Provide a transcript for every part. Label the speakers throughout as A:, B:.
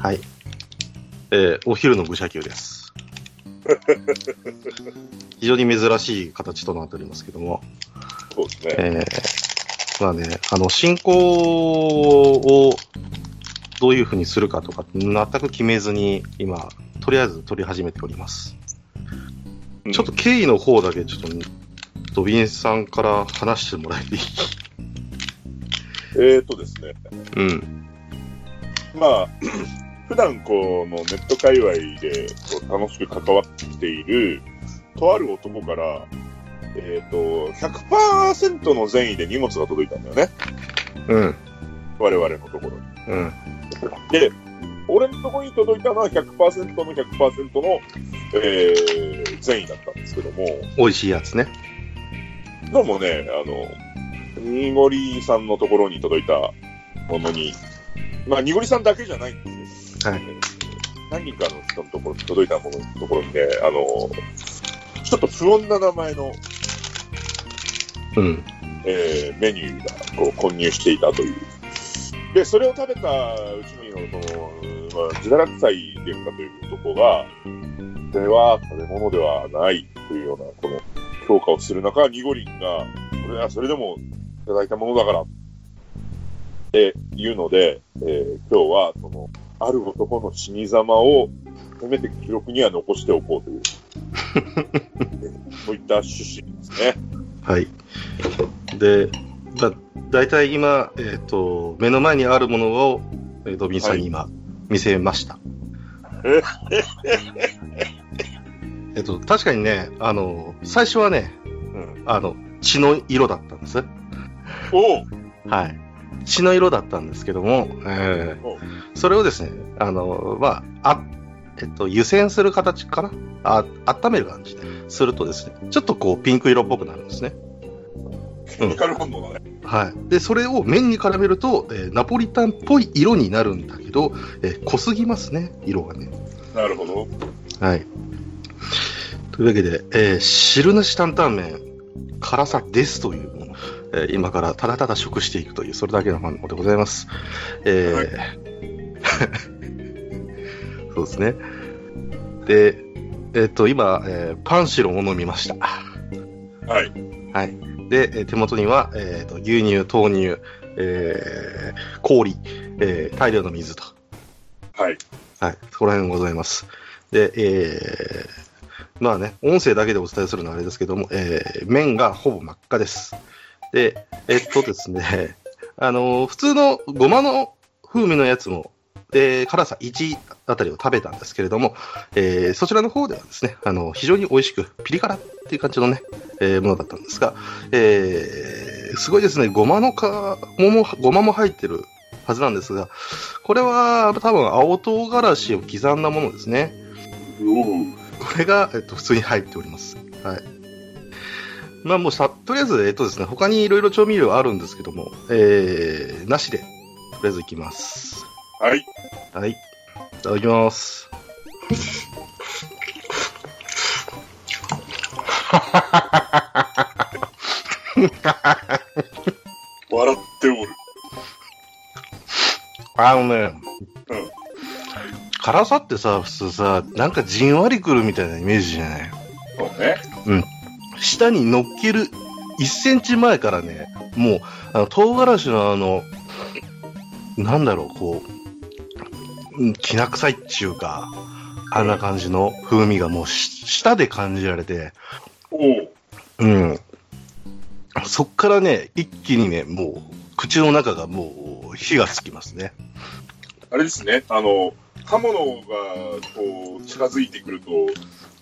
A: はい。
B: えーお昼の武者級 です。非常に珍しい形となっておりますけども、
C: そうですね。
B: えーまあね、あの、進行をどういうふうにするかとか、全く決めずに、今、とりあえず取り始めております。
C: うん
B: ちょっと経緯の方だけ、ちょっと、ドビンさんから話してもらえていい
C: えー、とですね、
B: うん。
C: まあ、 普段このネット界隈でこう楽しく関わってきている、とある男から、えっ、ー、と、100%の善意で荷物が届いたんだよね。
B: うん。
C: 我々のところに。
B: うん。
C: で、俺のところに届いたのは100%の100%の、えー、善意だったんですけども、
B: 美味しいやつね。
C: どうもね、あの、にごりさんのところに届いたものに、まあ、にごりさんだけじゃないんですよ。
B: はい
C: 何人かの人のところに届いたもののところにね、あの、ちょっと不穏な名前の、
B: うん。
C: えーメニューがこう混入していたという。で、それを食べたうちの、その、まあ、自堕落祭でかという男が、これは食べ物ではないというような、この、評価をする中、ニゴリンが、これはそれでもいただいたものだから、っていうので、えー今日は、その、ある男の死に様を、せめて記録には残しておこうという、そういった趣旨ですね。
B: はい。で、だ大体今、えっ、と、目の前にあるものを、えードビンさんに今、見せま した。えっと、確かにね、あの、最初はね、
C: うん。
B: あの、血の色だったんです。
C: おう
B: はい。血の色だったんですけども、えー
C: おう
B: それをですね、あの、まあ、あ、えっと、湯煎する形かなあ、温める感じでするとですね、ちょっとこう、ピンク色っぽくなるんですね。
C: ケミカル反応だね。
B: はい、でそれを麺に絡めると、えーナポリタンっぽい色になるんだけど、えー濃すぎますね、色がね。
C: なるほど。
B: はい、というわけで、えー汁なし担々麺、辛さですというもの、えー今からただただ食していくという、それだけの反応でございます。えー
C: は
B: そうですね。で、えっと今、えーパンシロンを飲みました。
C: はい。
B: はい。で、えー手元には、えーと牛乳、豆乳、えー氷、えー大量の水と。
C: はい。
B: はい。そこら辺ございます。で、えーまあね、音声だけでお伝えするのはあれですけども、えー麺がほぼ真っ赤です。で、えっとですね、 あのー普通のごまの風味のやつも、えー辛さ1あたりを食べたんですけれども、えーそちらの方ではですね、あの非常に美味しく、ピリ辛っていう感じのね、えーものだったんですが、えーすごいですね、ごまのかもも、ごまも入ってるはずなんですが、これは多分青唐辛子を刻んだものですね。これが、えっと、普通に入っております。はい。まあもうさ、とりあえず、えっとですね、他にいろいろ調味料あるんですけども、えー、なしで、とりあえずいきます。
C: はい。
B: はい。いただきます。
C: 笑っておる。
B: あのね、
C: うん
B: 辛さってさ、普通さ、なんかじんわりくるみたいなイメージじゃない
C: そうね。
B: 下に乗っける1センチ前からね、もう、あの、唐辛子のあの、なんだろう、こううん、きな臭いっちゅうか、あんな感じの風味がもうし舌で感じられて、
C: おう。
B: うん。そっからね、一気にね、もう、口の中がもう、火がつきますね。
C: あれですね。あの、刃物がこう近づいてくると、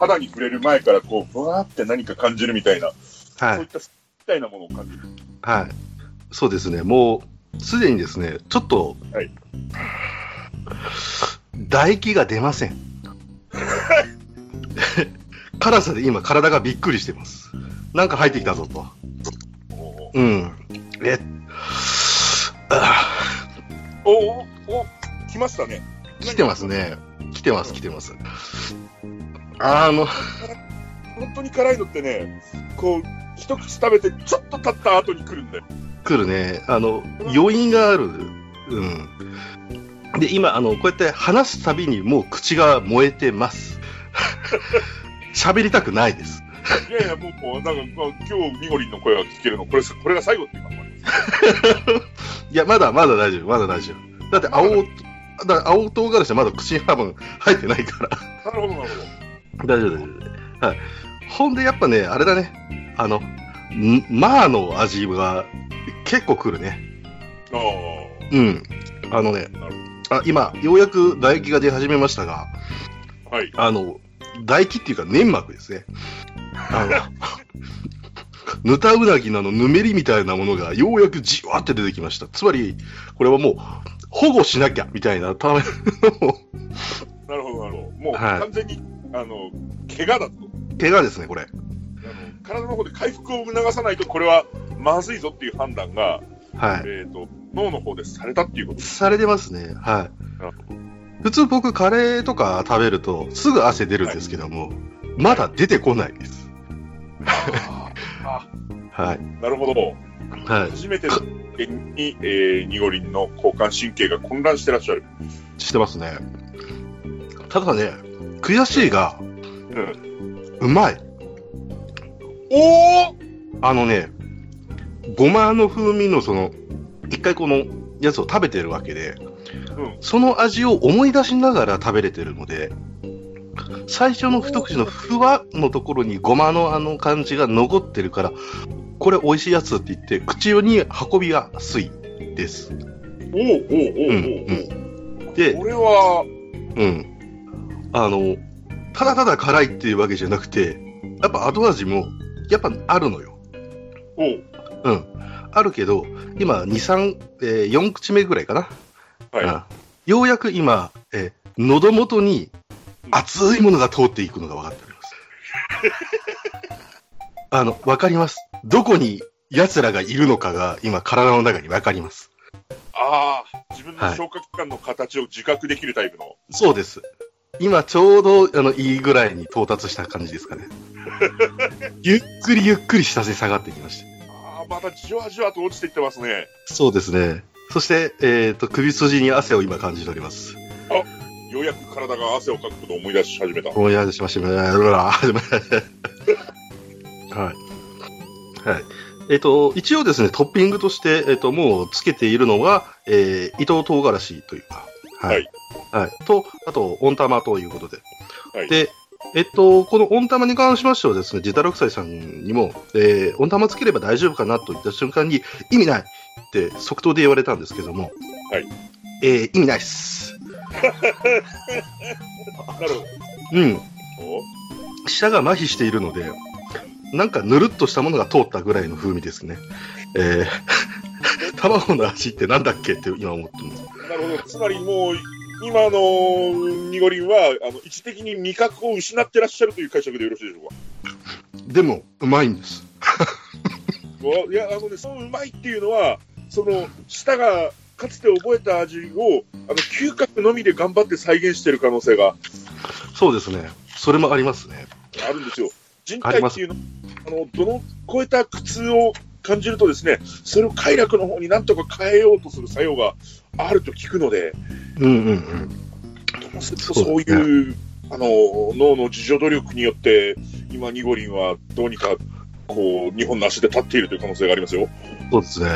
C: 肌に触れる前からこう、ぶわーって何か感じるみたいな、
B: は
C: そうい
B: い
C: っ。た、みたいなものを感じる。
B: はい。そうですね、もう、すでにですね、ちょっと、
C: はい
B: 唾液が出ません。 辛さで今、体がびっくりしてます。なんか入ってきたぞと。
C: お
B: う
C: う
B: ん。え、あ
C: おうおう来ましたね。
B: ー来てますね。来てます、来てます。あの、
C: 本当に辛いのってね、こう、一口食べてちょっと経った後に来るんだよ。
B: 来るね。あの、余韻がある。うん。で、今、あの、こうやって話すたびにもう口が燃えてます。 喋りたくないです。
C: いやいや、もう、もうなんか、まあ今日、みごりんの声が聞けるの、これ、これが最後っていう感じもあります。
B: いや、まだまだ大丈夫、まだ大丈夫。だって青、だから青唐辛子はまだ口に多分入ってないから。
C: なるほど、なるほど。
B: 大丈夫、大丈夫。はい。ほんで、やっぱね、あれだね。あの、んまあの味が結構くるね。
C: あ
B: うん。あのね
C: なる、
B: あ今、ようやく唾液が出始めましたが、
C: あ、はい。
B: あの、唾液っていうか粘膜ですね。あの、ぬたうなぎのあのぬめりみたいなものがようやくじわって出てきました。つまり、これはもう、保護しなきゃみたいなための
C: なるほど、なるほど。もう、
B: はい
C: 完全に、あの、怪我だと。
B: 怪我ですね、これ。
C: あの体の方で回復を促さないと、これはまずいぞっていう判断が、
B: はい。
C: えっ、と、脳の方でされたっていう こと
B: されてますね。はい。普通僕、カレーとか食べると、すぐ汗出るんですけども、まだ出てこないです。はい。
C: なるほど。
B: は
C: 初めての経験に、えー、ニゴリンの交感神経が混乱してらっしゃる。
B: い。してますね。ただね、悔しいが、
C: う
B: う
C: ん、
B: まい。
C: おお
B: あのね、ごまの風味のその、一回このやつを食べてるわけで、
C: ん
B: その味を思い出しながら食べれてるので、最初の一口のふわのところにごまのあの感じが残ってるから、これ美味しいやつって言って、口に運びやすいです。
C: おお
B: う
C: お
B: ん、う
C: お
B: ん。
C: おお
B: で
C: これは、
B: うん。あの、ただただ辛いっていうわけじゃなくて、やっぱ後味も、やっぱあるのよ。
C: おう
B: うん。あるけど、今、2、3、えー4口目ぐらいかな。
C: は
B: あようやく今、えー喉元に熱いものが通っていくのが分かっております。あの、分かります。どこに奴らがいるのかが今、体の中に分かります。
C: い。ああ、自分の消化器官の形を自覚できるタイプの。
B: そうです。今、ちょうど、あの、いいぐらいに到達した感じですかね。ゆっくりゆっくり下に下がってきました。
C: ああ、またじわじわと落ちていってますね。
B: そうですね。そして、えっ、と、首筋に汗を今感じております。
C: ようやく体が汗をかくことを思い出し始めた。
B: 思い出しました。はい。はい。えっと、一応ですね、トッピングとして、えっと、もうつけているのが、えー、伊藤唐辛子というか、はい。はい。と、あと、温玉ということで。
C: はい
B: で、えっと、この温玉に関しましてはですね、自太郎斎さんにも、えー、温玉つければ大丈夫かなと言った瞬間に、意味ないって即答で言われたんですけども、
C: はい。
B: えー、意味ないっ す。
C: なるほ
B: うん。
C: ど。
B: 舌が麻痺しているので、なんかぬるっとしたものが通ったぐらいの風味ですね。え ー、卵の味ってなんだっけって今思ってます。
C: なるほど。つまりもう、今のニゴリンは、あの、一的に味覚を失ってらっしゃるという解釈でよろしいでしょ
B: でも、うまいんです。
C: うか。わいや、あのね、そのうまいっていうのは、その、舌が、かつて覚えた味を、あの、嗅覚のみで頑張って再現してる可能性が
B: そうですね。それもありますね。
C: あるんですよ。人
B: あり
C: 体
B: ま
C: っ
B: す
C: ていうのは、あの、どの超えた苦痛を感じるとですね、それを快楽の方になんとか変えようとする作用があると聞くので、
B: うんうんうん。
C: ともするとそういう、あの脳の自助努力によって、今、ニゴリンはどうにかこう日本の足で立っているという可能性がありますよ。
B: そうですね。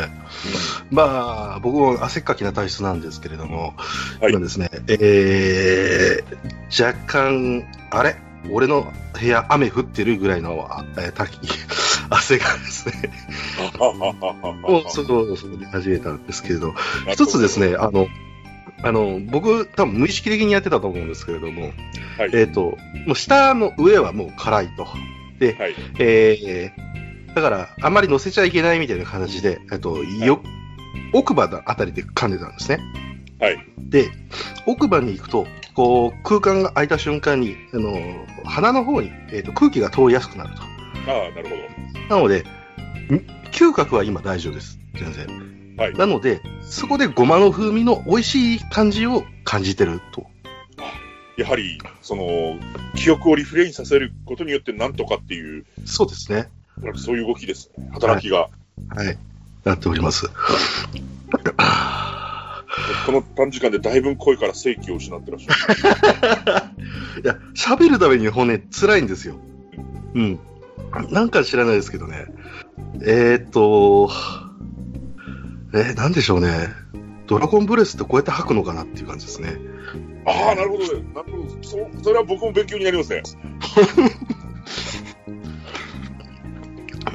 B: まあ、僕も汗っかきな体質なんですけれども、
C: はい
B: 今ですね、えー、若干、あれ俺の部屋雨降ってるぐらいの、あえー滝、汗がですね、をそこそこで始めたんですけれど、一つです
C: ね。
B: ね、あの、あの、僕、多分無意識的にやってたと思うんですけれども、
C: はい
B: えっ、と、もう下の上はもう辛いと。で、
C: はい
B: えーだから、あんまり乗せちゃいけないみたいな形で、えっと、よ、奥歯のあたりで噛んでたんですね。
C: はい
B: で、奥歯に行くと、こう、空間が空いた瞬間に、あの、鼻の方に、えっと空気が通りやすくなると。
C: ああ、なるほど。
B: なので、ん嗅覚は今大丈夫です。全然。
C: はい
B: なので、そこでごまの風味の美味しい感じを感じてると。
C: やはり、その、記憶をリフレインさせることによってなんとかっていう、
B: そうですね。
C: そういう動きですね。働き
B: は
C: が。
B: い。なっております。
C: この短時間でだいぶ声から正気を失ってらっしゃる。
B: いや、喋るために骨辛いんですよ。うん。なんか知らないですけどね。えー、っと、えーなんでしょうね。ドラゴンブレスってこうやって吐くのかなっていう感じですね。
C: ああ、なるほどね。なるほど。そそれは僕も勉強になりますね。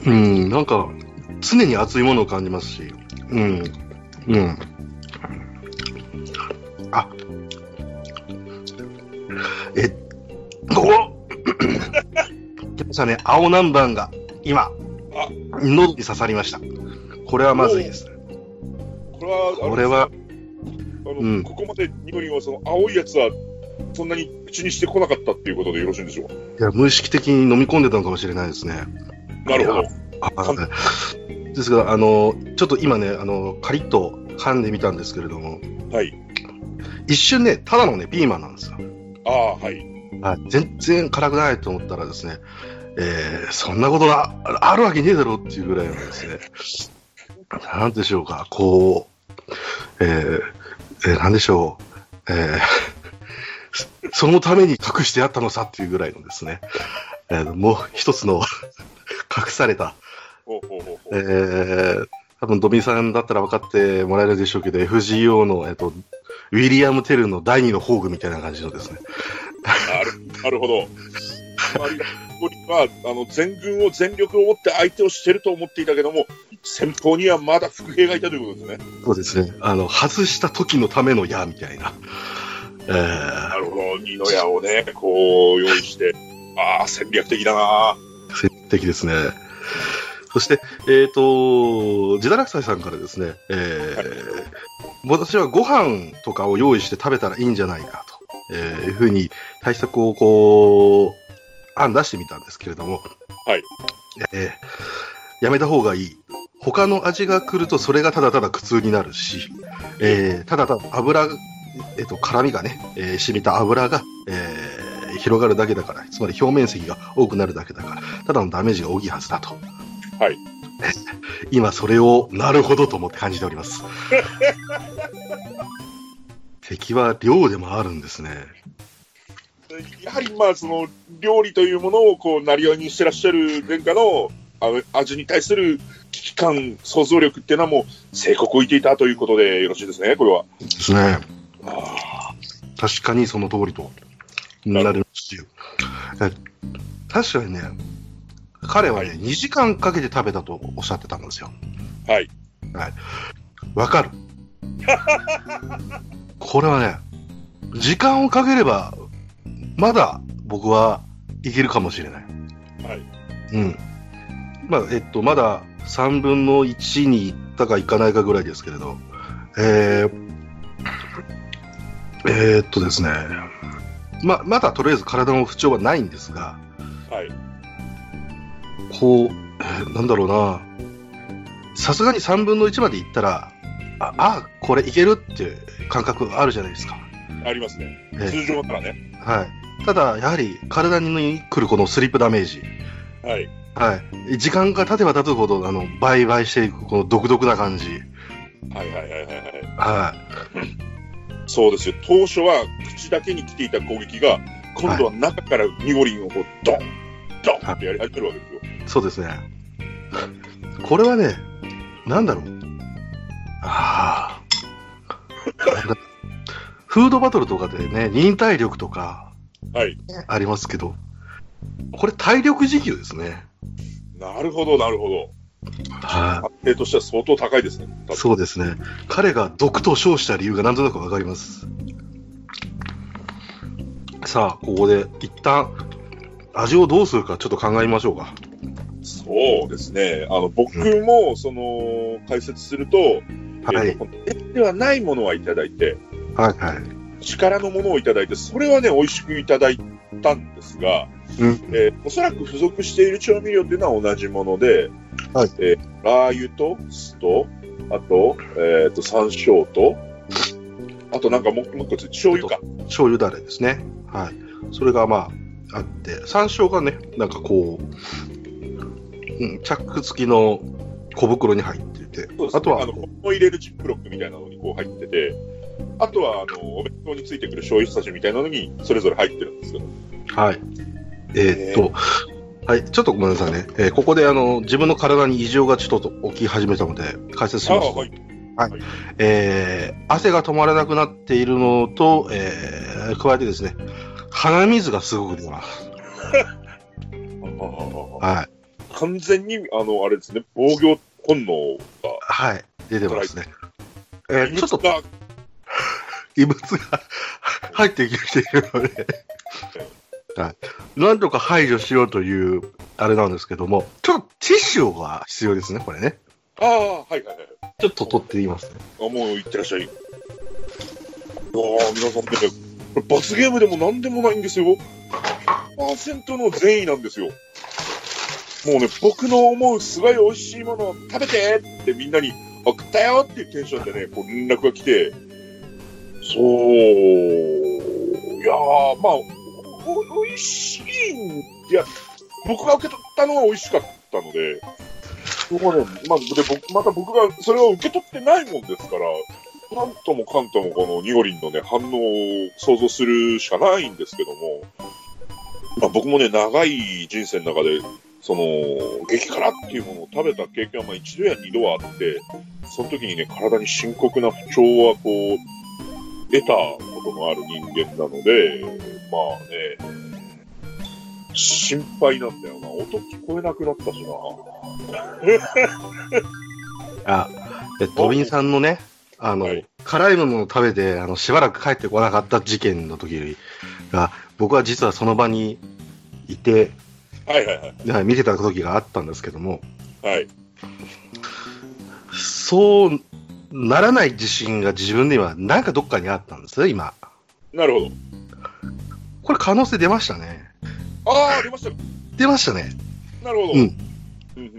B: うん、なんか、常に熱いものを感じますし。うん。うん。あ。え、おでもさね、青南蛮が今
C: あ、
B: 喉に刺さりました。これはまずいです。
C: これは、あの
B: これは、
C: あの、
B: うん
C: ここまでニコリンはその青いやつはそんなに口にしてこなかったっていうことでよろしいんでしょうか
B: いや無意識的に飲み込んでたのかもしれないですね。
C: なるほど。
B: あですが、あの、ちょっと今ね、あの、カリッと噛んでみたんですけれども、
C: はい。
B: 一瞬ね、ただのね、ピーマンなんですよ。
C: ああ、はい。
B: はい、全然辛くないと思ったらですね、えーそんなことがああるわけねえだろうっていうぐらいのですね、なんでしょうか、こう、えーえーなんでしょう、えーそのために隠してあったのさっていうぐらいのですね、えーもう一つの隠された、
C: ほうほうほうほ
B: え
C: う。
B: ー多分ドミさんだったら分かってもらえるでしょうけど、FGO の、えっと、ウィリアム・テルの第二の宝具みたいな感じのですね、
C: なるなるほど。つまり、これはあの全軍を全力を持って相手をしてると思っていたけども、先方にはまだ伏兵がいたということですね。
B: そうですね。あの、外した時のための矢みたいな。え
C: なるほど。二の矢をね、こう用意して。ああ、戦略的だな。
B: ー、接敵ですね。そして、えっ、と、ジダラクサイさんからですね、えー私はご飯とかを用意して食べたらいいんじゃないかと、えーいうふうに対策をこう、案出してみたんですけれども、
C: はい。
B: えーやめた方がいい。他の味が来るとそれがただただ苦痛になるし、えーただただ油、えっと、辛みがね、えー染みた油が、えー広がるだけだから、つまり表面積が多くなるだけだから、ただのダメージが大きいはずだと。
C: はい。
B: 今それをなるほどと思って感じており ます。敵は量でもあるんですね。
C: やはりまあその料理というものをこうなりわいにしてらっしゃる殿下のあ味に対する危機感、想像力っていうのはもう正国をいていたということでよろしいですね、これは。
B: ですね。
C: あ
B: 確かにその通りとなりますよ。え確かにね、彼はね、
C: は
B: 2時間かけて食べたとおっしゃってたんですよ。
C: はい。
B: はい。わ かる。これはね、時間をかければ、まだ僕はいけるかもしれない。
C: はい。
B: うん。まあ、えっと、まだ3分の1に行ったか行かないかぐらいですけれど、えー、えーっとですね、ま、まだとりあえず体の不調はないんですが、
C: はい。
B: こう、えーなんだろうな、さすがに3分の1まで行ったら、あ、あこれいけるっていう感覚あるじゃないですか。
C: ありますね。
B: えー
C: 通常ならね。
B: はい。ただ、やはり体に来るこのスリップダメージ、
C: はい。
B: はい。時間が経てば経つほど、あの、倍々していく、この独特な感じ。
C: はいはいはいはいはい。
B: はい。
C: そうですよ。当初は口だけに来ていた攻撃が、今度は中からニゴリンをこう、ドン、ドンってやり始めるわけですよ。
B: そうですね。これはね、なんだろう。ああ。フードバトルとかでね、忍耐力とか
C: はい。
B: ありますけど、これ体力持久ですね。
C: なるほど、なるほど。
B: は
C: 安定としては相当高いですね。
B: い。そうですね。彼が毒と称した理由がなんとなくわかります。さあ、ここで一旦、味をどうするかちょっと考えましょうか。
C: そうですね。あの、僕も、その、解説すると、
B: はい。は
C: え
B: い
C: ーと手ではないものはいただいて、
B: はい。
C: 力のものをいただいて、それはね、美味しくいただいたんですが、
B: うん。
C: えーおそらく付属している調味料っていうのは同じもので、
B: はい
C: えーラー油と酢と、あと、えっ、と、山椒と、あとなんかもうもう一つ、醤油か。
B: 醤油だれですね。はい。それがまあ、あって、山椒がね、なんかこう、うん、チャック付きの小袋に入っていて、
C: そうですね
B: あとは
C: あの、ここ入れるジップロックみたいなのにこう入ってて、あとは、あの、お弁当についてくる醤油差しみたいなのに、それぞれ入ってるんですけど。
B: はい。えーっと、はい、ちょっとごめんなさいね。えーここであの自分の体に異常がちょっと起き始めたので解説し
C: あ
B: ま
C: あ、
B: す。
C: はい。
B: えー汗が止まらなくなっているのと、えー加えてですね、鼻水がすごく出ます。はい。
C: 完全に、あの、あれですね、防御本能が。
B: はい。出てますね。えーちょっと
C: が
B: 異物が入ってきているので、はい。なんとか排除しようという、あれなんですけども、ちょっとティッシュが必要ですね、これね。
C: ああ、はいはいはい。あ
B: ちょっと取っていますね。
C: もう行ってらっしゃい。ああ、皆さんね、これ罰ゲームでも何でもないんですよ。100%の善意なんですよ。もうね、僕の思うすごい美味しいものを食べてってみんなに送ったよっていうテンションでね、こう連絡が来て、そう、いやー、まあ、おお美味しいん、いや、僕が受け取ったのは美味しかったので、そこはね、まあ、で、僕、また僕がそれを受け取ってないもんですから、なんともかんともこのニゴリンのね、反応を想像するしかないんですけども、まあ、僕もね、長い人生の中で、その、激辛っていうものを食べた経験はまあ一度や二度はあって、その時にね、体に深刻な不調はこう、得たことのある人間なので、まあね、心配なんだよな。音聞こえなくなったしな。
B: あ、え、ドビンさんのね、あの、
C: はい
B: 辛いものを食べて、あの、しばらく帰ってこなかった事件の時が、僕は実はその場にいて、
C: はいはいはい。
B: はい見てた時があったんですけども、
C: はい。
B: そうならない自信が自分ではなんかどっかにあったんですよ、今。
C: なるほど。
B: これ可能性出ましたね。
C: ああ、出ました。
B: 出ましたね。
C: なるほど。
B: うん
C: うんうん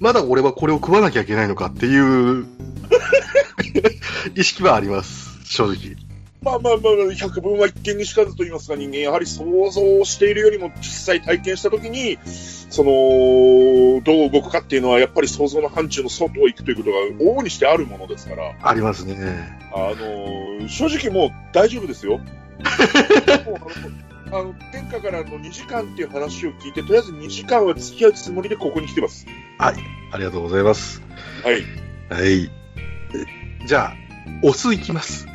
B: まだ俺はこれを食わなきゃいけないのかっていう 意識はあります、正直。
C: まあまあまあ、百聞は一見にしかずと言いますか、人間、やはり想像しているよりも実際体験したときに、その、どう動くかっていうのは、やっぱり想像の範疇の外を行くということが往々にしてあるものですから、
B: ありますね。
C: あのー正直もう大丈夫ですよ。も うあのあの天下からの2時間っていう話を聞いて、とりあえず2時間は付き合うつもりでここに来てます。
B: ありがとうございます。
C: はい。
B: はい。じゃあ、お酢いきます。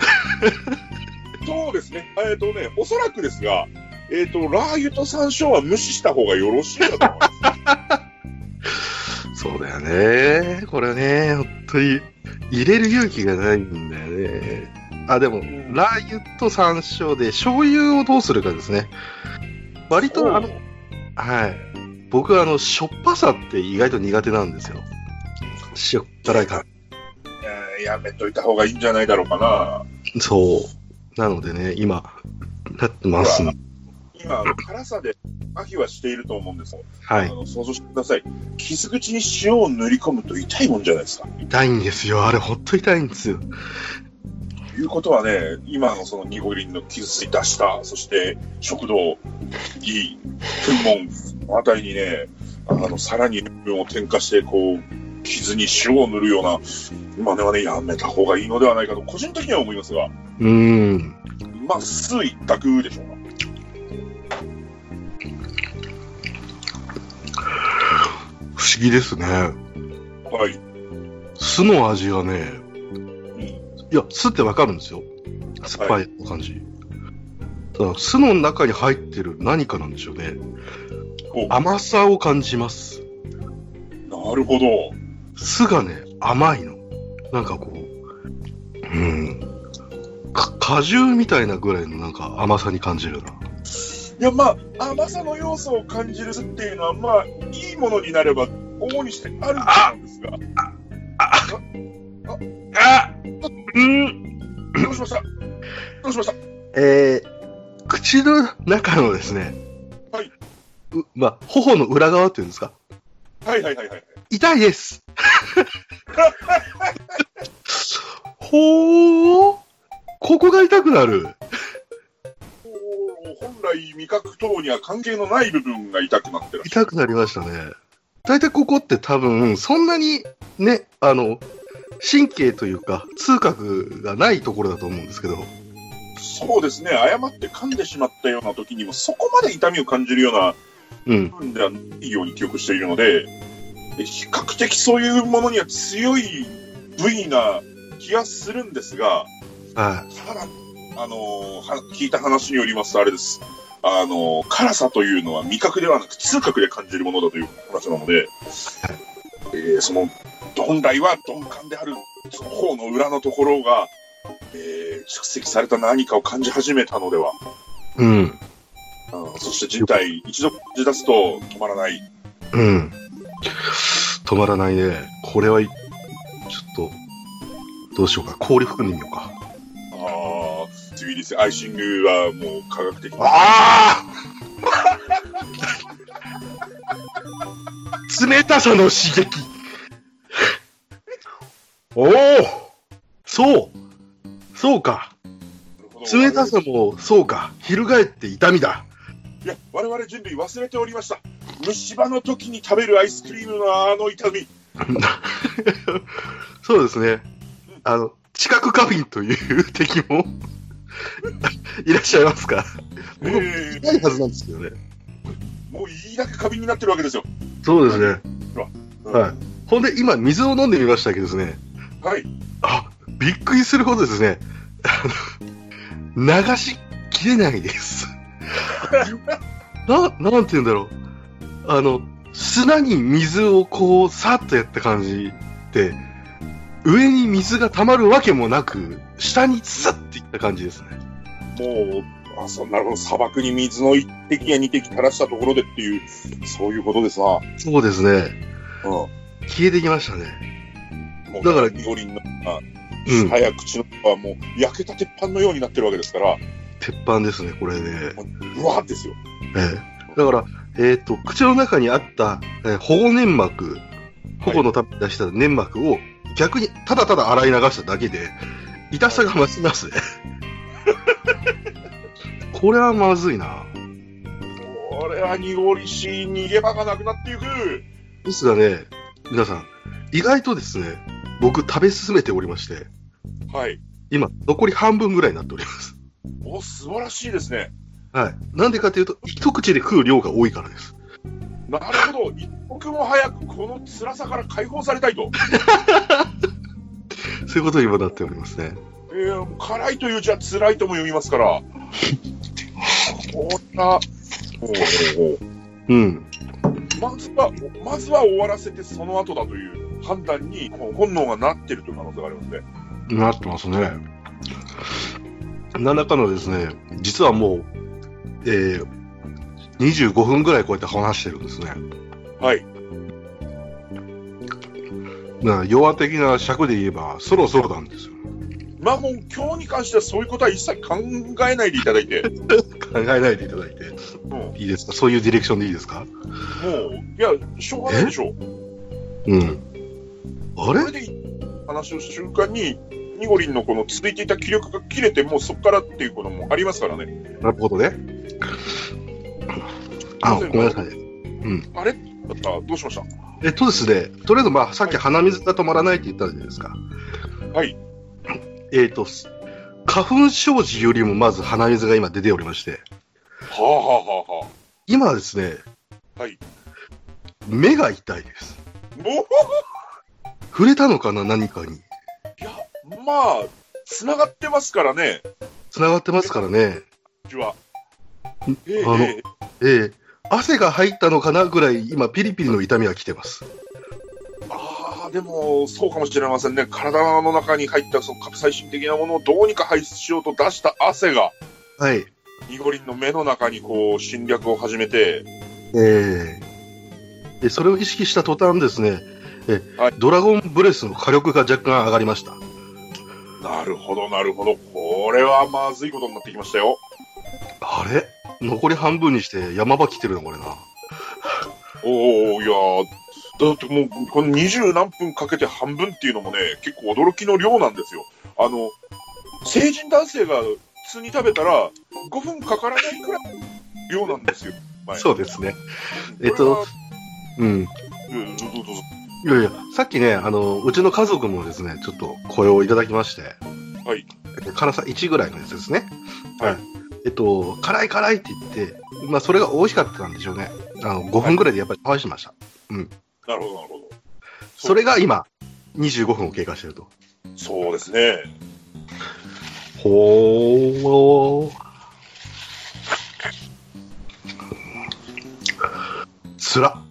C: そうですね。えっ、とね、おそらくですが、えっ、と、ラー油と山椒は無視した方がよろしいかと思います。
B: そうだよね。これね、本当に、入れる勇気がないんだよね。あ、でも、
C: ん
B: ラー油と山椒で、醤油をどうするかですね。割と、あの、はい。僕は、あの、しょっぱさって意外と苦手なんですよ。塩辛いから。
C: えーやめといた方がいいんじゃないだろうかな。
B: そう。なのでね、今、なってます。
C: う
B: は
C: わ今、辛さで麻痺はしていると思うんですよ。あ
B: い。
C: の想像してください。傷口に塩を塗り込むと痛いもんじゃないですか。
B: 痛いんですよ。あれ、ほんと痛いんですよ。
C: ということはね、今のそのニゴリンの傷ついた舌、そして食道、胃、噴門あたりにね、あの、さらに塩分を添加して、こう、傷に塩を塗るような、今ねはね、やめた方がいいのではないかと、個人的には思いますが、
B: うーん。
C: まあ、酢一択でしょうか。
B: 不思議ですね。
C: はい。
B: 酢の味がね、いや、酢ってわかるんですよ。酸っぱい感じ。ただ酢の中に入ってる何かなんでしょうね。
C: こう
B: 甘さを感じます。
C: なるほど。
B: 酢がね、甘いの。なんかこう、うん。か果汁みたいなぐらいのなんか甘さに感じるな。
C: いやまあ甘さの要素を感じるっていうのはまあいいものになれば主にしてあるんですが
B: あうん
C: どうしましたどうしました
B: えー、口の中のですね、
C: はい。
B: うまあ、頬の裏側っていうんですか
C: はいはいはいはい
B: 痛いです。ほー、ここが痛くなる。
C: おー本来味覚等には関係のない部分が痛くなってる
B: 痛くなりましたね。大体ここって多分、そんなにね、あの、神経というか、痛覚がないところだと思うんですけど、
C: そうですね、誤って噛んでしまったような時にも、そこまで痛みを感じるような
B: うん。
C: 部分ではないように記憶しているので、え比較的そういうものには強い部位な気がするんですが、
B: はい。
C: ただ、あのーは聞いた話によりますと、あれです。あのー辛さというのは味覚ではなく痛覚で感じるものだという話なので、えーその本来は鈍感であるその方の裏のところが、えー蓄積された何かを感じ始めたのでは
B: うん。
C: うんそして人体、一度出出すと止まらない。
B: うん。止まらないね。これは、ちょっと、どうしようか。氷含んでみようか。
C: ああ、次ですね。アイシングはもう科学的な。
B: ああ冷たさの刺激おおそうそうか冷たさもそうか翻って痛みだ
C: いや、我々人類忘れておりました。虫歯の時に食べるアイスクリームのあの痛み。
B: そうですねあの知覚過敏という 敵もいらっしゃいますか僕も
C: え
B: ないはずなんですけどね
C: ー、もういいだけ過敏になってるわけですよ。
B: そうですね
C: うん
B: はい。ほんで今水を飲んでみましたけどですね
C: はい。
B: あびっくりするほどですね、あの流しきれないです。な、なんて言うんだろう。あの、砂に水をこう、さっとやった感じで、上に水が溜まるわけもなく、下にズッっていった感じですね。
C: もう、あそうなるほど。砂漠に水の一滴や二滴垂らしたところでっていう、そういうことですな。うん。
B: そうですね。
C: も
B: 消えてきましたね。
C: う
B: だから
C: 濁りになった
B: うん
C: 早口の歯はもう焼けた鉄板のようになってるわけですから、
B: 鉄板ですね、これね。
C: もううわーですよ。
B: ええ、だから、えっと口の中にあった、えー保護粘膜保護のために出した粘膜を逆にただただ洗い流しただけで痛さが増しますねこれはまずいな
C: これは濁りし、逃げ場がなくなっていく。
B: ですがね皆さん意外とですね僕食べ進めておりまして
C: はい。
B: 今残り半分ぐらいになっております
C: お、素晴らしいですね。
B: はいなんでかというと一口で食う量が多いからです
C: なるほど。一刻も早くこの辛さから解放されたいと。
B: そういうことに今なっておりますね
C: えー、もう辛いという字は辛いとも読みますから。こんな。おうおうおう
B: うん
C: まずは、まずは終わらせてその後だという判断にこう本能がなってるという可能性がありますね。
B: なってますね。何らかのですね、実はもう、えー、25分ぐらいこうやって話してるんですね。
C: はい。
B: な弱的な尺で言えば、そろそろなんですよ。
C: まあもう今日に関してはそういうことは一切考えないでいただいて。
B: 考えないでいただいて。
C: うん
B: いいですかそういうディレクションでいいですか
C: もう、いや、しょうがないでしょう。
B: うん。あ
C: そ
B: れ
C: れで話をした瞬間に、ニゴリンのこの続いていた気力が切れて、もうそこからっていうこともありますからね。
B: なるほどね。あ、ごめんなさい。
C: あれあどうしました
B: えっとですね、とりあえず、まあ、さっき鼻水が止まらないって言ったじゃないですか。
C: はい。
B: えっ、と、す花粉症時よりもまず鼻水が今出ておりまして、
C: はあはあはあは
B: 今はですね、
C: はい。
B: 目が痛いです。
C: あ。も
B: 触れたのかな、何かに。
C: う、まあ、繋がってますからね、
B: 繋がってますからね。
C: うちは。
B: ん
C: ええ
B: あの
C: ええ
B: ええ汗が入ったのかなぐらい、今、ピリピリの痛みが来てます。
C: ああ、でも、そうかもしれませんね。体の中に入ったそのカプサイシン的なものをどうにか排出しようと出した汗が、
B: はい。
C: ニゴリンの目の中にこう、侵略を始めて、
B: ええで、それを意識した途端ですね、え
C: はい
B: ドラゴンブレスの火力が若干上がりました。
C: なるほど、なるほど。これはまずいことになってきましたよ。
B: あれ残り半分にして山場来てるな、これな。
C: おおいやーだってもうこの二十何分かけて半分っていうのもね結構驚きの量なんですよあの成人男性が普通に食べたら5分かからないくらいの量なんですよ、はい
B: そうですね。えっと、うん。
C: うんどうぞどうぞ
B: いやいや、さっきね、あの、うちの家族もですね、ちょっと声をいただきまして、
C: はい。
B: え辛さ1ぐらいのやつですね。
C: はい。
B: えっと、辛い辛いって言って、まあ、それが美味しかったんでしょうね。あの、5分ぐらいでやっぱり返しました。
C: なるほど、なるほど。
B: それが今、25分を経過してると。
C: そうですね。
B: ほー。つら。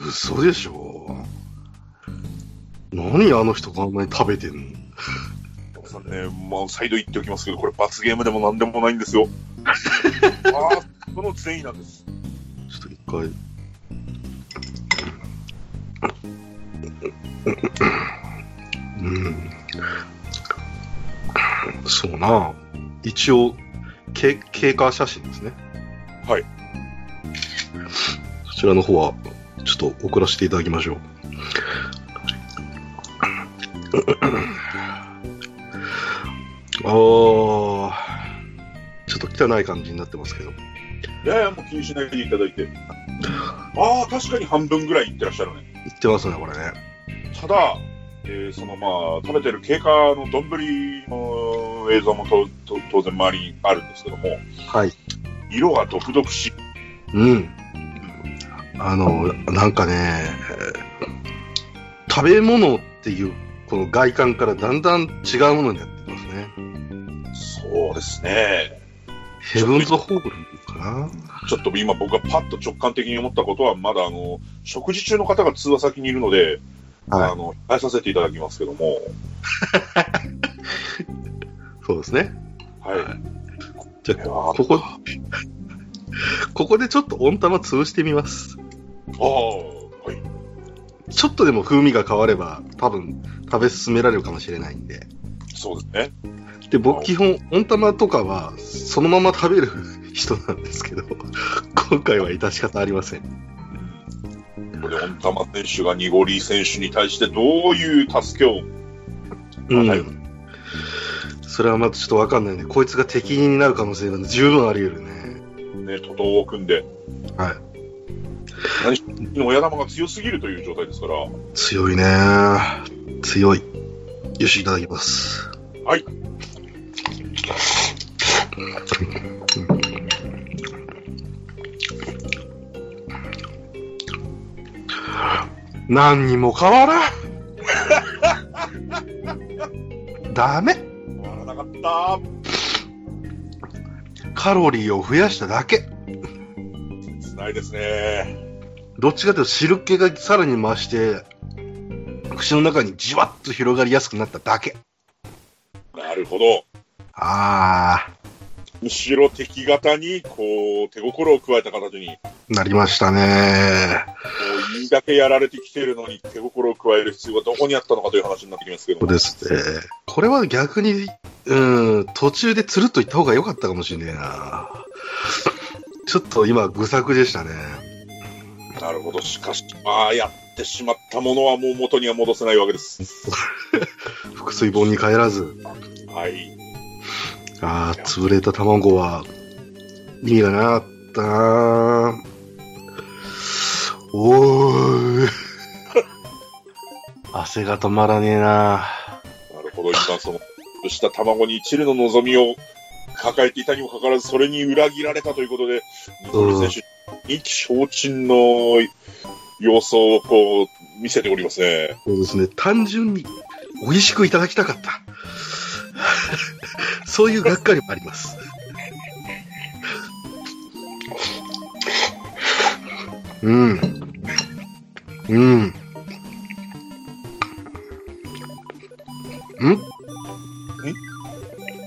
B: 嘘でしょ。何あの人があんなに食べてんの
C: お父さんね、まあ、再度言っておきますけど、これ罰ゲームでも何でもないんですよ。ああ、その善意なんです。
B: ちょっと一回。うん。そうな。一応、け経過写真ですね。
C: はい。
B: そちらの方は、ちょっと送らせていただきましょう。ああ、ちょっと汚い感じになってますけど。
C: いやいや、もう気にしないでいただいて。ああ、確かに半分ぐらいいってらっしゃるね。
B: いってますね、これね。
C: ただ、えーそのまあ、食べてる経過の丼の映像もとと当然周りにあるんですけども、
B: はい。
C: 色が独々しい。
B: うん。あの、なんかね、食べ物っていう、この外観からだんだん違うものになってきますね。
C: そうですね。
B: ヘブンズ・ホールかな
C: ちょっと今僕がパッと直感的に思ったことは、まだあの、食事中の方が通話先にいるので、
B: は
C: あの、控えさせていただきますけども、
B: い。そうですね。
C: はい。
B: じゃあ、ここ、ここでちょっと温玉潰してみます。
C: ああ、はい。
B: ちょっとでも風味が変われば、多分、食べ進められるかもしれないんで。
C: そうですね。
B: で、僕、基本、温玉とかは、そのまま食べる人なんですけど、今回は致し方ありません。
C: これで、温玉選手が濁り選手に対してどういう助けを、
B: うん
C: はい
B: それはまだちょっとわかんないね。こいつが敵になる可能性が十分あり得るね。
C: ね、徒党を組んで、
B: はい。
C: 親玉が強すぎるという状態ですから、は
B: 強いね。強い。よし、いただきます。
C: はい。
B: 何にも変わらんダメ
C: らなかった。
B: カロリーを増やしただけ
C: 切ないですね。
B: どっちかというと汁気がさらに増して口の中にじわっと広がりやすくなっただけ
C: なるほど。
B: あ
C: むしろ敵方に、こう、手心を加えた形に、も
B: ーなりましたね
C: ういいだけやられてきてるのに、手心を加える必要がどこにあったのかという話になってきますけど
B: そう
C: も、
B: ですねこれは逆にうん途中でつるっといった方が良かったかもしれねえなちょっと今愚策でしたね
C: なるほど。しかし、まあ、やってしまったものはもう元には戻せないわけです。
B: 腹水盆に帰らず
C: はい。
B: ああ、潰れた卵は意味がなかったな。おーい。 汗が止まらねえな。
C: なるほど、今その、した卵にチルの望みを抱えていたにもかかわらず、それに裏切られたということで、ニコル選手、意気消沈の様相をこう、見せておりますね。
B: そうですね、単純に美味しくいただきたかった。 そういうがっかりもあります。うん。うん。うん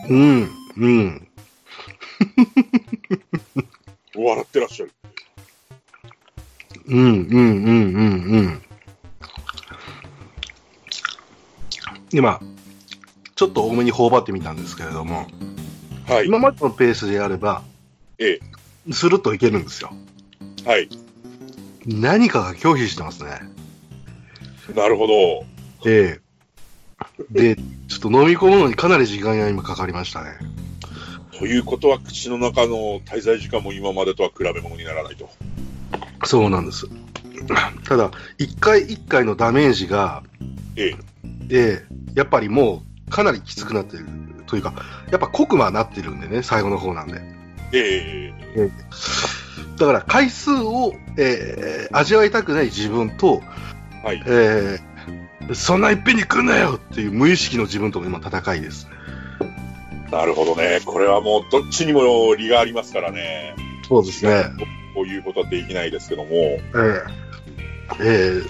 B: うん。うん。
C: 笑ってらっしゃる。
B: うん。うん。うん。うん。うん。今、ちょっと多めに頬張ってみたんですけれども、
C: はい。
B: 今までのペースであれば、
C: え
B: スルッといけるんですよ。
C: はい。
B: 何かが拒否してますね。
C: なるほど。
B: ええで、ちょっと飲み込むのにかなり時間が今かかりましたね。
C: ということは、口の中の滞在時間も今までとは比べ物にならないと。
B: そうなんです。ただ、一回一回のダメージが、
C: ええ
B: ええやっぱりもうかなりきつくなっているというか、やっぱ濃くはなってるんでね、最後の方なんで。
C: ええ
B: だから回数を、えー味わいたくない自分と、
C: はい。
B: えーそんないっぺんに来んなよっていう無意識の自分との今戦いです。
C: なるほどね。これはもうどっちにも利がありますからね。
B: そうですね。
C: こういうことはできないですけども。
B: ええええ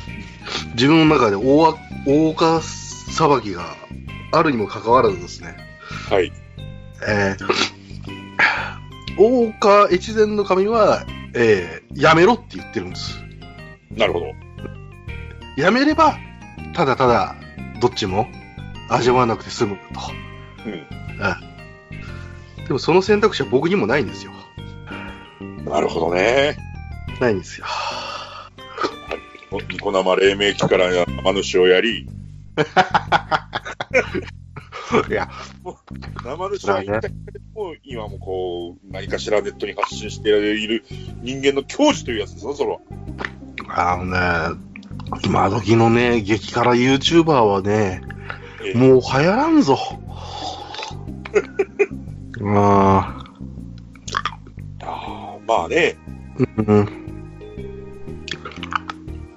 B: 自分の中で大わ大岡裁きがあるにもかかわらずですね、
C: はい。
B: ええ大岡越前の神は、ええやめろって言ってるんです。
C: なるほど。
B: やめれば、ただただ、どっちも味わわなくて済むと。
C: うん
B: うんでもその選択肢は僕にもないんですよ。
C: なるほどね。
B: ないんですよ。
C: ニコ生黎明期から生主をや り、
B: いや、
C: 生主は言ったけれども、今もこう、何かしらネットに発信している人間の教授というやつですね、それは。
B: あのね、今時のね、激辛 YouTuber はね、
C: ええ
B: もう流行らんぞ。あ
C: あーまあね、
B: ー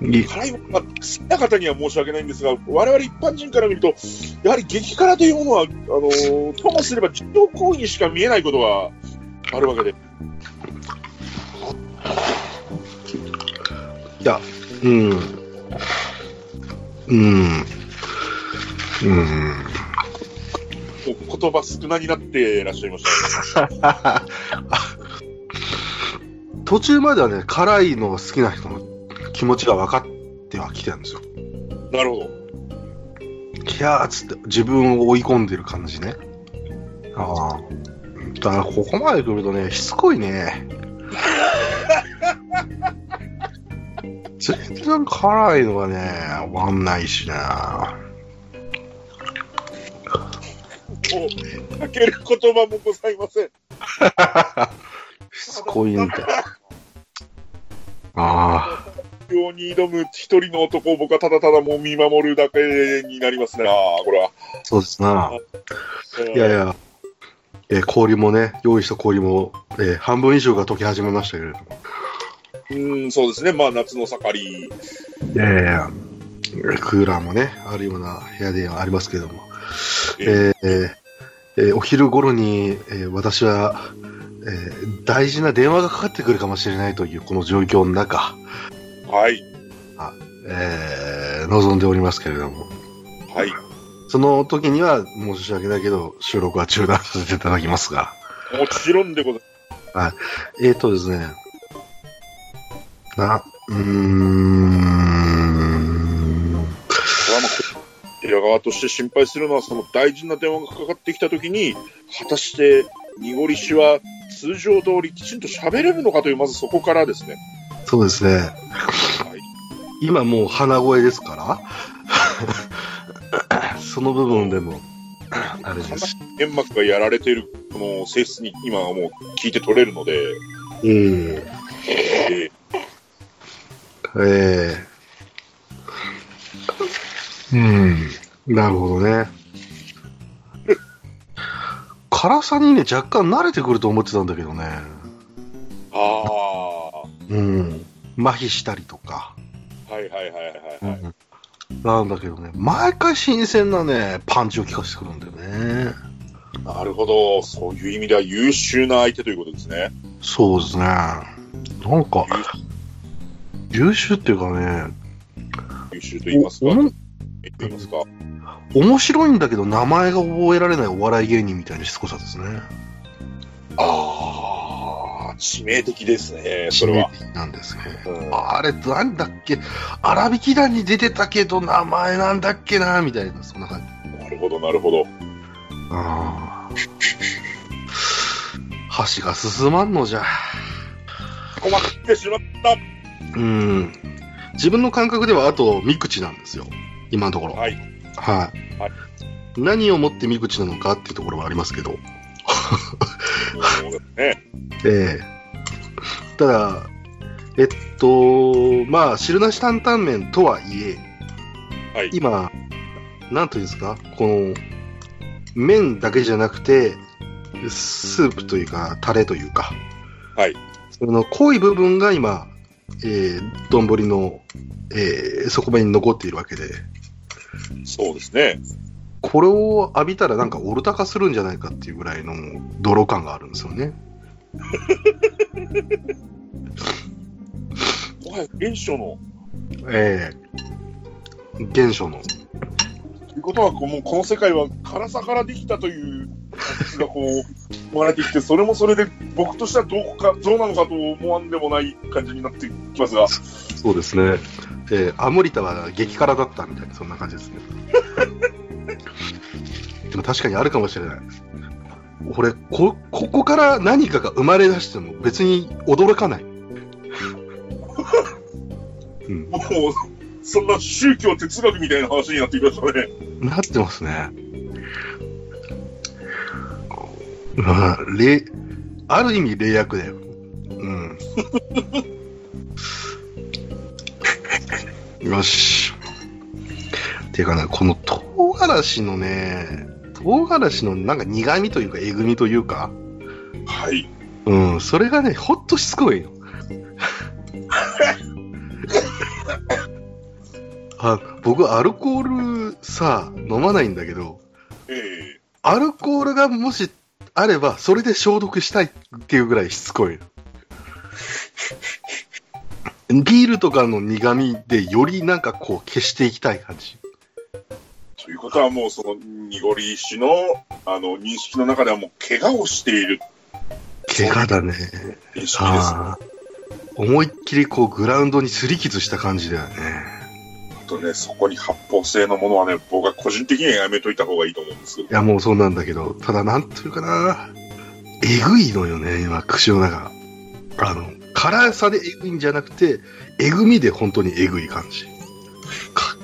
B: うん。い
C: 辛いものが好きな方には申し訳ないんですが、我々一般人から見ると、やはり激辛というものは、あのーともすれば重要行為にしか見えないことがあるわけで、
B: うん。うん。うん。
C: もう言葉少なになっていらっしゃいましたね。
B: 途中まではね、辛いのが好きな人の気持ちが分かってはきてるんですよ。
C: なるほど。
B: キャーっつって自分を追い込んでる感じね。ああ。だからここまで来るとね、しつこい ね。全然辛いのがね、終わんないしな。
C: もう、かける言葉もございません。
B: しつこいんだよ。ああ。
C: 用に挑む一人の男を僕はただただもう見守るだけになりますね。ああ、これは。
B: そうですな。
C: うん
B: いやいや、えー氷もね、用意した氷も、えー半分以上が溶け始めましたけれども。
C: うん、そうですね。まあ、夏の盛り。
B: いやいやいやクーラーもね、あるような部屋ではありますけども。えーえ
C: え
B: ーお昼頃に、えー私は、えー大事な電話がかかってくるかもしれないというこの状況の中、
C: はい。
B: えー望んでおりますけれども。
C: はい。
B: その時には申し訳ないけど、収録は中断させていただきますが。
C: もちろんでござい
B: えー、とですね。な、うーん。
C: ます。これはまあ平川として心配するのは、その大事な電話がかかってきたときに、果たして、濁りしは通常通りきちんと喋れるのかという、まずそこからですね。
B: そうですね。
C: はい。
B: 今もう鼻声ですから その部分でも、あれです。
C: 煙幕がやられている、この性質に今はもう聞いて取れるので、
B: うん。
C: え
B: ええうん。なるほどね。辛さにね、若干慣れてくると思ってたんだけどね。
C: ーあ
B: うん。麻痺したりとか。
C: あ、はいはいはいはいはい。
B: なんだけどね、毎回新鮮なね、パンチを効かせてくるんだよね。
C: なるほど、そういう意味では優秀な相手ということですね。
B: そうですね。なんか、優秀っていうかね、
C: 優秀と言いますか、
B: おおも
C: 言いますか。
B: 面白いんだけど名前が覚えられないお笑い芸人みたいなしつこさですね。
C: ああ、致命的ですね、それは。
B: 致命的なんですね。
C: うん
B: あれ、なんだっけ、荒引き団に出てたけど名前なんだっけな、みたいな、そんな感じ。
C: なるほど、なるほど。
B: あー橋が進まんのじゃ。
C: 困ってしまっ
B: うん。自分の感覚ではあと3口なんですよ。今のところ。
C: た。はい。
B: はい、
C: はい
B: 何をもって見口なのかっていうところはありますけど、
C: そうですね。
B: ええただ、えっと、まあ、汁なし担々麺とはいえ、
C: はい
B: 今、なんというんですか、この、麺だけじゃなくて、スープというか、タレというか、
C: はい。
B: その濃い部分が今、えー、丼の、えー、底面に残っているわけで、
C: そうですね。
B: これを浴びたらなんかオルタ化するんじゃないかっていうぐらいの泥感があるんですよね。
C: もはや原初の、
B: ええ現象の。
C: ということは、こうもうこの世界は辛さからできたという説がこう、生まれてきて、それもそれで、僕としてはどうか、どうなのかと思わんでもない感じになってきますが、
B: そうですね。えー、アモリタは激辛だったみたいな、そんな感じですね。 でも確かにあるかもしれない。俺こ、ここから何かが生まれ出しても別に驚か ない。うん、
C: もう、そんな宗教哲学みたいな話になってきましたね。
B: なってますね。まあ、れある意味、霊薬だよ。うん。よし。ていうかな、この唐辛子のね、唐辛子のなんか苦味というか、えぐみというか、
C: はい。
B: うん、それがね、ほっとしつこいの。あ僕、アルコールさ、飲まないんだけど、
C: ええ
B: アルコールがもしあれば、それで消毒したいっていうぐらいしつこい。ビールとかの苦味でよりなんかこう消していきたい感じ。
C: ということはもうその濁り石のあの認識の中ではもう怪我をしている
B: 怪我だね。
C: 認識です。あ
B: ああ。思いっきりこうグラウンドにすり傷した感じだよね。
C: とね、そこに発泡性のものはね、僕は個人的にはやめといた方がいいと思うんですけど
B: い、やもうそうなんだけど、ただなんというかな。えぐいのよね、今、口の中。あの、辛さでえぐいんじゃなくて、えぐみで本当にえぐい感じ。か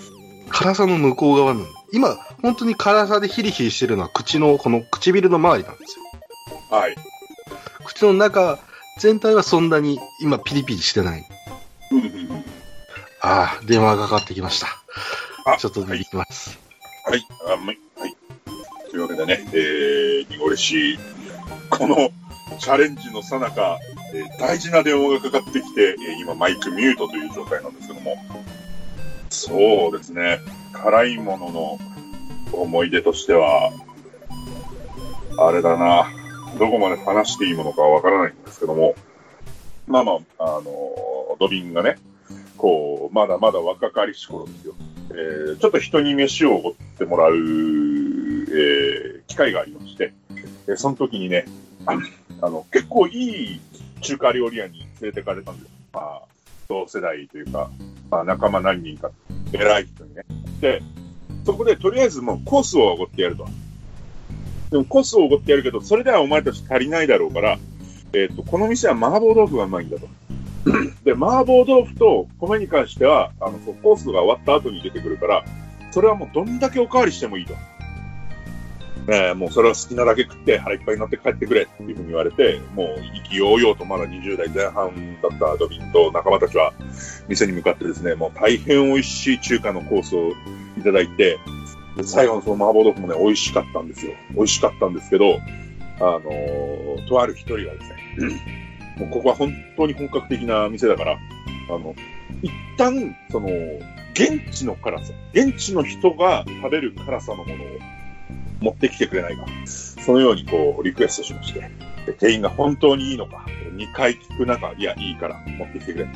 B: 辛さの向こう側なの。今、本当に辛さでヒリヒリしてるのは口の、この唇の周りなんですよ。
C: はい。
B: 口の中全体はそんなに今ピリピリしてない。
C: うんうんうん
B: ああ、電話がかかってきました。
C: あ
B: ちょっと出てきます。
C: はい。あむはい。というわけでね、えー、濁り石、このチャレンジの最中、えー大事な電話がかかってきて、えー今マイクミュートという状態なんですけども、そうですね、辛いものの思い出としては、あれだな、どこまで話していいものかわからないんですけども、まあまあ、あの、ドビンがね、こう、まだまだ若かりし頃ですよ。えーちょっと人に飯をおごってもらう、えー機会がありまして、えーその時にね、ああの、結構いい中華料理屋に連れてかれたんです。まあ、同世代というか、まあ、仲間何人か、偉い人にね。で、そこでとりあえずもうコースをおごってやると。でもコースをおごってやるけど、それではお前たち足りないだろうから、えっ、と、この店は麻婆豆腐がうまいんだと。で、麻婆豆腐と米に関しては、あの、こうコースが終わった後に出てくるから、それはもうどんだけおかわりしてもいいと。えーもうそれは好きなだけ食って腹いっぱいになって帰ってくれっていうふうに言われて、もう意気揚々とまだ20代前半だったドビンと仲間たちは店に向かってですね、もう大変美味しい中華のコースをいただいて、で最後のその麻婆豆腐もね、美味しかったんですよ。美味しかったんですけど、あのーとある一人がですね、もうここは本当に本格的な店だから、あの、一旦、その、現地の辛さ、現地の人が食べる辛さのものを持ってきてくれないか。そのようにこう、リクエストしまして。で店員が本当にいいのか、2回聞く中、いや、いいから、持ってきてくれ。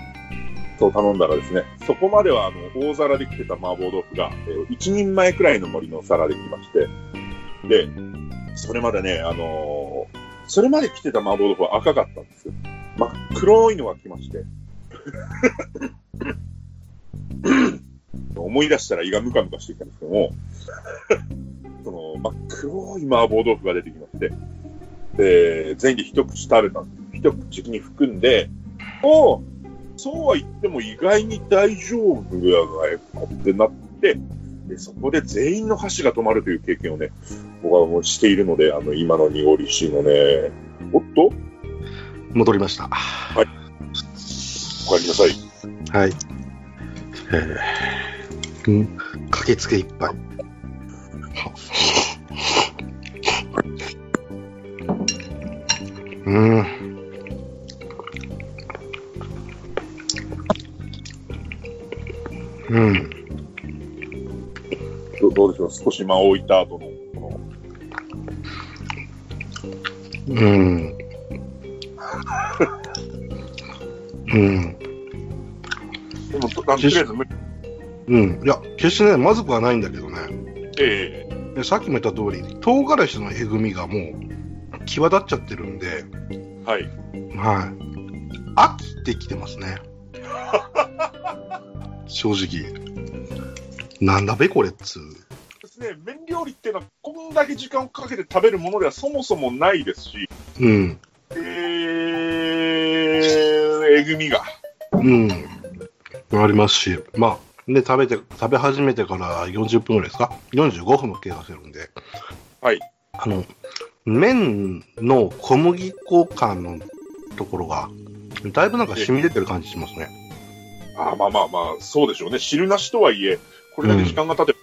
C: そう頼んだらですね、そこまではあの、大皿で来てた麻婆豆腐が、えー一人前くらいの盛りの皿で来まして、で、それまでね、あのーそれまで来てた麻婆豆腐は赤かったんですよ。真っ黒いのが来まして。思い出したら胃がムカムカしてきたんですけども、 その真っ黒い麻婆豆腐が出てきまして、で、全員で一口食べたんです。一口に含んで、おうそうは言っても意外に大丈夫だがよってなって、で、そこで全員の箸が止まるという経験をね、僕はもうしているので、あの、今の濁りしのね、おっと
B: 戻りました。
C: わかりまさい。
B: はい。えー、うん、駆けつけ一杯。うん。うん。
C: どどうでしょう、少し間を置いた後の、こ
B: うん。うん。
C: の、でも、とあのとりあえず、む
B: うん。いや、決してね、まずくはないんだけどね。
C: ええ
B: でさっきも言った通り、唐辛子のえぐみがもう、際立っちゃってるんで、
C: はい。
B: はい。飽きてきてますね。 正直。なんだべこれっつう。
C: ですね、麺料理っていうのは、こんだけ時間をかけて食べるものではそもそもないですし、
B: うん。
C: えー、えぐみが。
B: うん。ありますし、まあ、ね、食べて、食べ始めてから40分ぐらいですか ?45 分も経過してるんで。
C: はい。
B: あの、麺の小麦粉感のところが、だいぶなんか染み出てる感じしますね。
C: あーまあまあまあ、そうでしょうね。汁なしとはいえ、これだけ時間が経てば、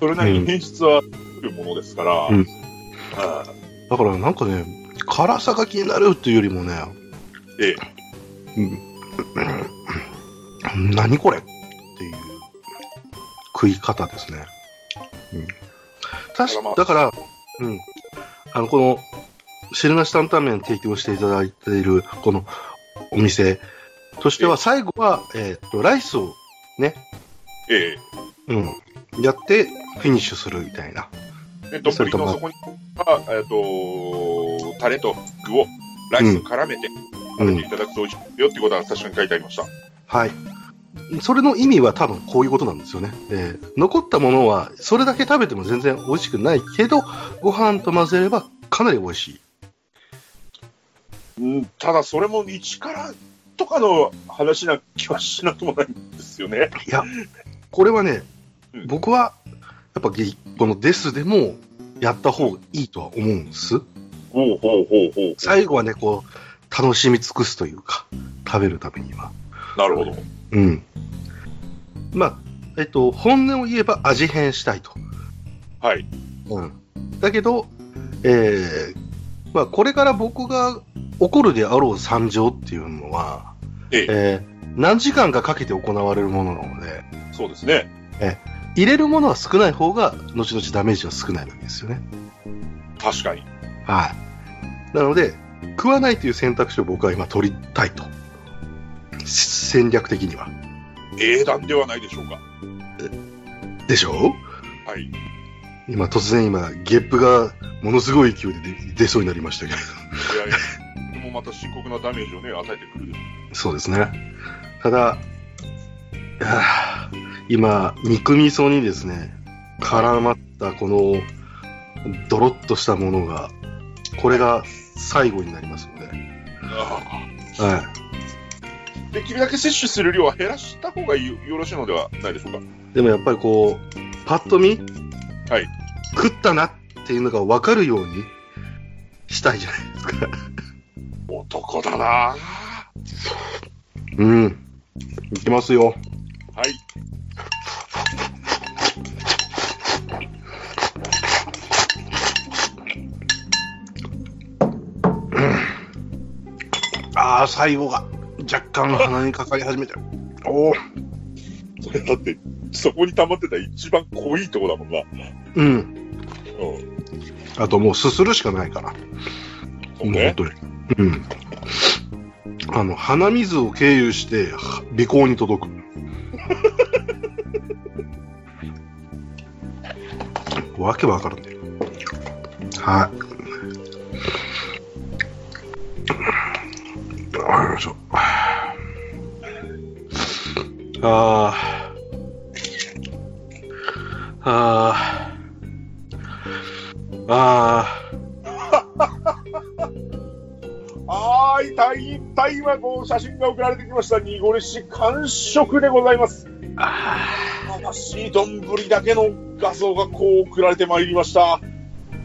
C: それなりに変質は来るものですから、
B: うん
C: あ
B: だからなんかね、辛さが気になるっていうよりもね、
C: え
B: うん、 何これっていう食い方ですね。うん、確かだから、うん、あのこの汁なし担々麺提供していただいているこのお店としては最後は、えーっとライスを、
C: ーえ
B: うん、やってフィニッシュするみたいな。
C: ーで、丼の底に、あえっ、と、タレと具を、ライスを絡めて、
B: う
C: 食べて
B: ん
C: いただくと美味しいよってことは確かに書いてありました。
B: はい。それの意味は多分こういうことなんですよね。えー残ったものはそれだけ食べても全然美味しくないけど、ご飯と混ぜればかなり美味しい。
C: うん、ただ、それも一からとかの話な気はしなくもないんですよね。
B: これはね
C: う、ん
B: 僕はやっぱりこのデスでもやった方がいいとは思うんです。
C: ほうほうほうほう。
B: 最後はね、こう、楽しみ尽くすというか、食べるためには。
C: なるほど。
B: うん。まあ、えっと、本音を言えば味変したいと。
C: はい。
B: うん、だけど、えーまあ、これから僕が起こるであろう惨状っていうのは、
C: ええ
B: えー何時間かかけて行われるものなので、
C: そうですね。
B: 入れるものは少ない方が、後々ダメージは少ないわけですよね。
C: 確かに。
B: はい。なので、食わないという選択肢を僕は今取りたいと。し戦略的には。
C: 英断ではないでしょうか。
B: でしょ
C: はい。
B: 今、突然今、ゲップがものすごい勢いで出出そうになりましたけど。
C: いやいや、これもまた深刻なダメージをね、与えてくる。
B: そうですね。ただ、あー今、肉味噌にですね、絡まったこの、ドロッとしたものが、これが最後になりますので、は
C: できるだけ摂取する量は減らした方がよよろしいのではないでしょうか。
B: い。でもやっぱりこう、パッと見、
C: はい
B: 食ったなっていうのが分かるようにしたいじゃないですか。
C: 男だなは
B: うん。いきますよ。
C: い。
B: ああ、最後が若干鼻にかかり始めてる。おお。
C: それだって、そこに溜まってた一番濃いとこだもんな。
B: うん。
C: うん。
B: あともうすするしかないから、
C: そう
B: もう本
C: ね。
B: 当に。うん。あの、鼻水を経由して、は鼻孔に届く。わけわからんね。はい。よいしょ。ああ。ああ。ああ。
C: はーい、隊員、隊員はこう写真が送られてきました。濁りし完食でございます。悲しい丼だけの画像がこう送られてまいりました。い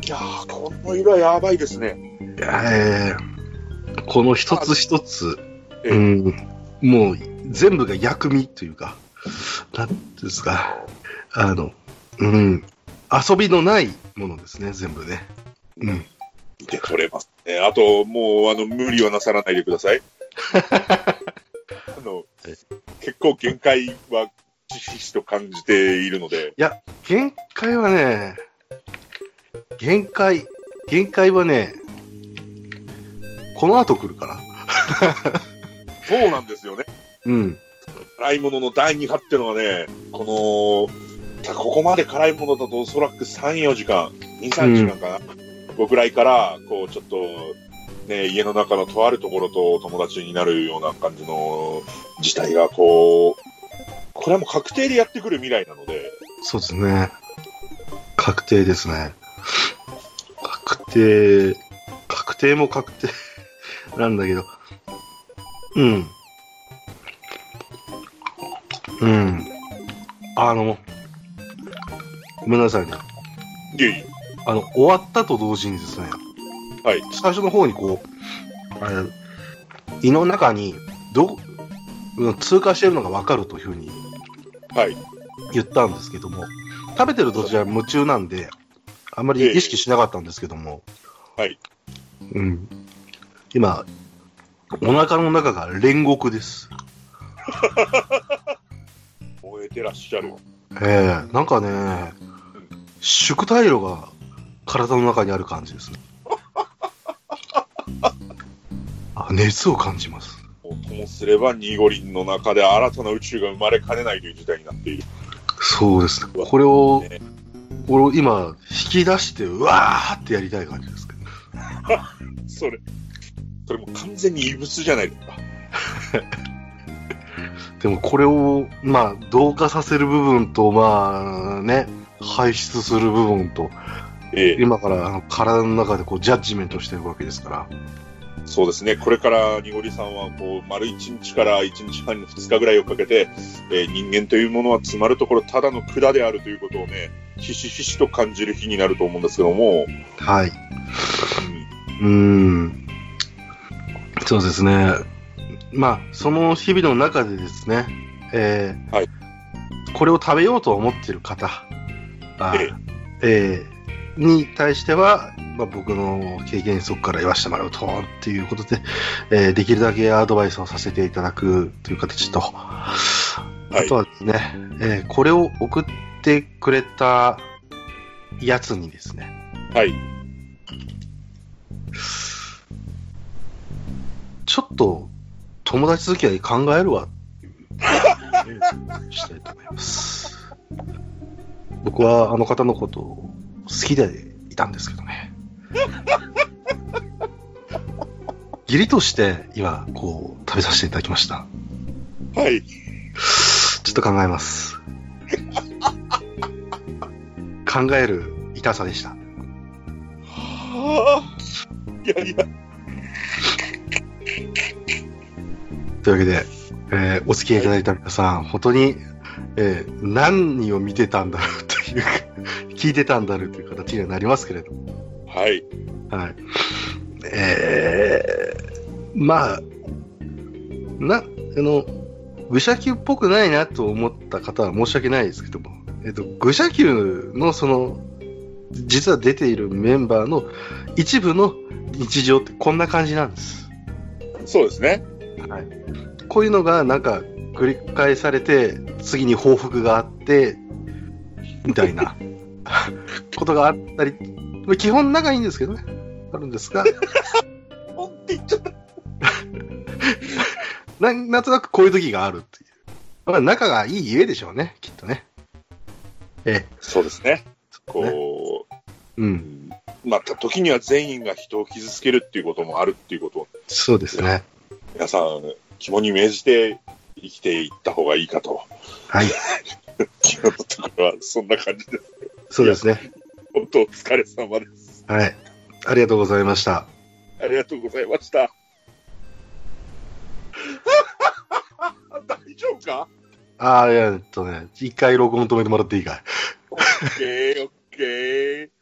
C: やー、この色はやばいですね。
B: えーこの一つ一つ、
C: ええ
B: うん、もう全部が薬味というか、なんていうんですか、あの、うん、遊びのないものですね、全部ね。うん。
C: で、取れますね。あと、もう、あの、無理はなさらないでください。あの
B: え、
C: 結構限界は、ひしひしと感じているので、
B: 限界はね、限界、限界はね、この後来るから。
C: そうなんですよね。
B: うん。
C: 辛いものの第2波ってのはね、この、ここまで辛いものだとおそらく3、4時間、2、3時間かな、僕ぐらいから、こう、ちょっと、ね、家の中のとあるところと友達になるような感じの事態が、こう、これはもう確定でやってくる未来なので、
B: そうですね。確定ですね。確定、確定も確定なんだけど。うん。うん。あの、ごめんなさいね。
C: いえいえ
B: あの、終わったと同時にですね、
C: はい。
B: 最初の方にこう、あれ、胃の中に、ど、うん通過してるのがわかるというふうに
C: はい。
B: 言ったんですけども、食べてる途中は夢中なんで、あんまり意識しなかったんですけども、
C: はい。
B: うん、今、お腹の中が煉獄です。
C: 燃えてらっしゃる。
B: ええなんかね、宿体炉が体の中にある感じですね。あ熱を感じます。
C: ともすれば、ニーゴリンの中で新たな宇宙が生まれかねないという事態になっている。
B: そうですね。これを、これを今、引き出して、うわーってやりたい感じですけど。
C: それ、それもう完全に異物じゃないですか。
B: でもこれを、まあ、同化させる部分と、まあね、排出する部分と、
C: ええ
B: 今からあの体の中でこうジャッジメントしてるわけですから、
C: そうですね、これからにごりさんはこう丸1日から1日半、2日ぐらいをかけて、えー人間というものは詰まるところ、ただの管であるということをね、ひしひしと感じる日になると思うんですけども、
B: はい。うーん。そうですね。まあ、その日々の中でですね、えー
C: はい
B: これを食べようと思ってる方、あ
C: え
B: えーに対しては、まあ、僕の経験則から言わせてもらうと、っていうことで、えーできるだけアドバイスをさせていただくという形と、あとはですね、えーこれを送ってくれたやつにですね、
C: はい、
B: ちょっと友達付き合い考えるわっていうしたいと思います。僕はあの方のことを好きでいたんですけどね。義理として今こう食べさせていただきました。
C: はい、
B: ちょっと考えます。考える痛さでした。
C: はあ、いやいや、
B: というわけで、えーお付き合いいただいた皆さん、本当に、えー何を見てたんだろうというか、聞いてたんだろうという形にはなりますけれども、
C: はい、
B: はい。えーまあ、な、あの、愚者級っぽくないなと思った方は申し訳ないですけども、えっと、愚者級のその、実は出ているメンバーの一部の日常ってこんな感じなんです。
C: そうですね、
B: はい、こういうのがなんか繰り返されて次に報復があってみたい なことがあったりまあ基本仲いいんですけどねあるんですが
C: ほんって言っちゃった、
B: なんなんとなくこういう時があるっていう、まあ、仲がいい家でしょうねきっとねえ
C: そうですね、
B: え、ね
C: こ
B: う
C: う、
B: ん
C: また時には善意が人を傷つけるっていうこともあるっていうことを、
B: そうですね
C: 皆さん、肝に銘じて生きていった方がいいか と。
B: はい
C: 今日のところはそんな感じで、
B: そうですね
C: 本当お疲れ様です。
B: はいありがとうございました
C: ありがとうございました。 大丈夫か
B: ああえっとね一回録音止めてもらっていいかい
C: オッケーオッケー。